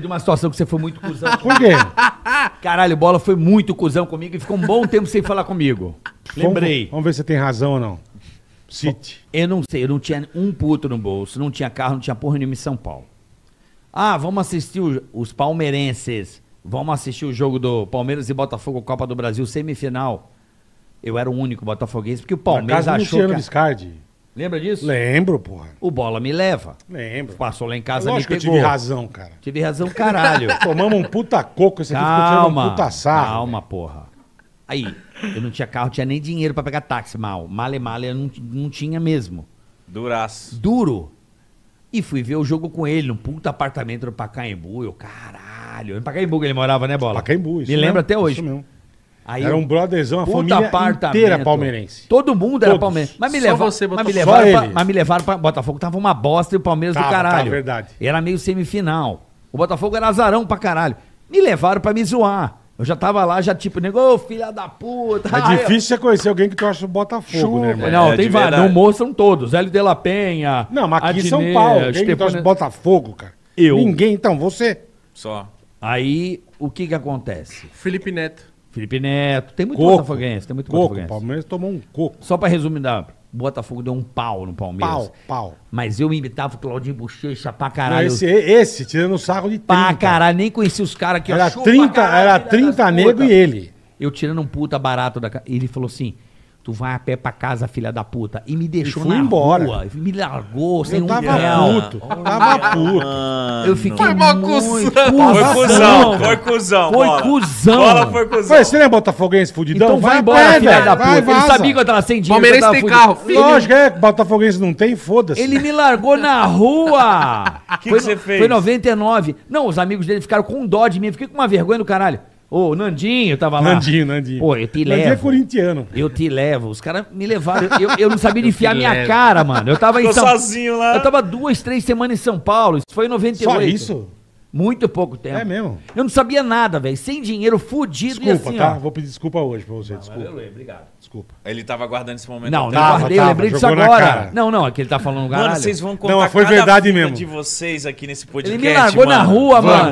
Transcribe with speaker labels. Speaker 1: De uma situação que você foi muito cuzão.
Speaker 2: Por quê?
Speaker 1: Caralho, bola foi muito cuzão comigo e ficou um bom tempo sem falar comigo.
Speaker 2: Vamos, vamos ver se você tem razão ou não. City.
Speaker 1: Eu não sei, eu não tinha um puto no bolso, não tinha carro, não tinha porra nenhuma em São Paulo. Ah, vamos assistir o- os palmeirenses. Vamos assistir o jogo do Palmeiras e Botafogo, Copa do Brasil, semifinal. Eu era o único botafoguense, porque o Palmeiras
Speaker 2: Na casa do
Speaker 1: achou
Speaker 2: Luciano
Speaker 1: que...
Speaker 2: Biscardi.
Speaker 1: Lembra disso?
Speaker 2: Lembro, porra.
Speaker 1: O Bola me leva.
Speaker 2: Lembro.
Speaker 1: Passou lá em casa,
Speaker 2: Lógico que
Speaker 1: me
Speaker 2: eu
Speaker 1: pegou.
Speaker 2: tive razão, cara.
Speaker 1: Tive razão, caralho.
Speaker 2: Tomamos um puta coco, esse aqui ficou tirando um
Speaker 1: calma,
Speaker 2: puta sarro.
Speaker 1: calma, porra. Aí, eu não tinha carro, tinha nem dinheiro pra pegar táxi, mal. Male, male, eu não, não tinha mesmo.
Speaker 3: Duraço.
Speaker 1: Duro. E fui ver o jogo com ele, num puta apartamento no Pacaembu. Eu, caralho. No Pacaembu que ele morava, né, Bola?
Speaker 2: Pacaembu,
Speaker 1: Me
Speaker 2: isso
Speaker 1: lembra
Speaker 2: mesmo,
Speaker 1: até hoje.
Speaker 2: Isso mesmo.
Speaker 1: Aí
Speaker 2: Era
Speaker 1: eu-
Speaker 2: um brotherzão, a
Speaker 1: Puta
Speaker 2: família
Speaker 1: apartamento.
Speaker 2: inteira palmeirense.
Speaker 1: Todo mundo era
Speaker 2: Todos.
Speaker 1: palmeirense. Mas me,
Speaker 4: Só
Speaker 1: leva,
Speaker 4: você,
Speaker 1: mas me
Speaker 4: Botafogo.
Speaker 1: levaram
Speaker 2: Só
Speaker 1: pra,
Speaker 2: ele.
Speaker 1: mas me levaram pra Botafogo. Tava uma bosta e o Palmeiras do
Speaker 2: Tava,
Speaker 1: caralho.
Speaker 2: tava, verdade.
Speaker 1: Era meio semifinal. O Botafogo era azarão pra caralho. Me levaram pra me zoar. Eu já tava lá, já tipo, nego, ô, filha da puta.
Speaker 2: É
Speaker 1: Ai, eu-
Speaker 2: difícil você conhecer alguém que tu acha o Botafogo, né, irmão?
Speaker 3: né?
Speaker 1: Não,
Speaker 3: É,
Speaker 1: tem
Speaker 3: de
Speaker 1: vários.
Speaker 3: verdade.
Speaker 1: No humor são todos. Hélio de la Penha.
Speaker 2: Não, mas aqui em São
Speaker 1: Adnet,
Speaker 2: Paulo, alguém que
Speaker 1: Estefânia-
Speaker 2: torce Botafogo, cara.
Speaker 1: Eu.
Speaker 2: Ninguém, então, você.
Speaker 3: Só.
Speaker 1: Aí, o que que acontece?
Speaker 4: Felipe Neto.
Speaker 1: Felipe Neto, tem muito
Speaker 2: Coco.
Speaker 1: botafoguense, tem muito
Speaker 2: Coco, o
Speaker 1: botafoguense.
Speaker 2: Palmeiras tomou um coco.
Speaker 1: Só pra resumir, da Botafogo deu um pau no Palmeiras.
Speaker 2: Pau, pau.
Speaker 1: Mas eu imitava o Claudinho Bochecha pra
Speaker 2: Não,
Speaker 1: caralho.
Speaker 2: esse, esse, tirando sarro de 30.
Speaker 1: Pra caralho, nem conhecia os caras que eu
Speaker 2: Era
Speaker 1: chupa
Speaker 2: 30,
Speaker 1: caralho,
Speaker 2: era
Speaker 1: filha
Speaker 2: 30
Speaker 1: das
Speaker 2: nego
Speaker 1: puta.
Speaker 2: e ele.
Speaker 1: Eu tirando um puta barato da casa. Ele falou assim: Tu vai a pé pra casa, filha da puta. E me deixou
Speaker 2: E fui
Speaker 1: na
Speaker 2: embora.
Speaker 1: rua. Me largou sem
Speaker 2: Eu
Speaker 1: um
Speaker 2: tava
Speaker 1: real.
Speaker 2: puto, tava puto.
Speaker 1: Eu fiquei
Speaker 4: Foi mó
Speaker 1: muito
Speaker 4: cuzão.
Speaker 3: Foi cuzão, foi
Speaker 1: cara.
Speaker 3: cuzão.
Speaker 1: Foi
Speaker 3: bola.
Speaker 1: cuzão.
Speaker 3: Bola foi cuzão.
Speaker 2: Falei, você não é botafoguense, fudidão?
Speaker 1: Então vai
Speaker 2: a
Speaker 1: embora,
Speaker 2: pé,
Speaker 1: filha
Speaker 2: velho,
Speaker 1: da
Speaker 2: vai,
Speaker 1: puta. Ele
Speaker 2: vaza.
Speaker 1: sabia que eu tava sem dinheiro.
Speaker 4: Palmeirense
Speaker 1: que eu tava
Speaker 4: tem
Speaker 1: fudido.
Speaker 4: carro. Filho.
Speaker 2: Lógico, é, botafoguense não tem, foda-se.
Speaker 1: Ele me largou na rua.
Speaker 3: Que que
Speaker 1: Foi
Speaker 3: você
Speaker 1: no-
Speaker 3: fez?
Speaker 1: Foi 99. Não, os amigos dele ficaram com dó de mim. Eu Fiquei com uma vergonha do caralho. Ô, o Nandinho tava lá.
Speaker 2: Nandinho, Nandinho.
Speaker 1: Pô, eu te
Speaker 2: Nandinho é
Speaker 1: levo.
Speaker 2: corintiano.
Speaker 1: eu te levo. Os caras me levaram. Eu, eu não sabia de enfiar
Speaker 4: te
Speaker 1: minha
Speaker 4: levo.
Speaker 1: cara, mano. Eu tava em
Speaker 3: Ficou
Speaker 1: São...
Speaker 3: sozinho lá.
Speaker 1: então, Eu tava duas, três semanas em São Paulo. Isso foi em 98.
Speaker 2: Só isso?
Speaker 1: Muito pouco tempo.
Speaker 2: É mesmo?
Speaker 1: Eu não sabia nada, velho. Sem dinheiro, fudido e
Speaker 2: Desculpa,
Speaker 1: assim,
Speaker 2: tá?
Speaker 1: ó.
Speaker 2: Vou pedir desculpa hoje pra você, desculpa.
Speaker 1: Obrigado.
Speaker 2: Desculpa.
Speaker 3: Ele tava guardando esse momento.
Speaker 1: Não,
Speaker 3: até
Speaker 1: não
Speaker 2: Tava,
Speaker 1: guardei, eu
Speaker 2: tava,
Speaker 1: lembrei disso
Speaker 2: jogou na
Speaker 1: agora.
Speaker 2: cara.
Speaker 1: Não, não, é que ele tá falando caralho.
Speaker 3: Mano, vocês vão contar
Speaker 2: Não, mas foi
Speaker 3: cada
Speaker 2: verdade
Speaker 3: vida
Speaker 2: mesmo.
Speaker 3: de vocês aqui nesse podcast,
Speaker 1: Ele me largou na
Speaker 3: mano.
Speaker 1: rua,
Speaker 2: Vamos.
Speaker 1: mano.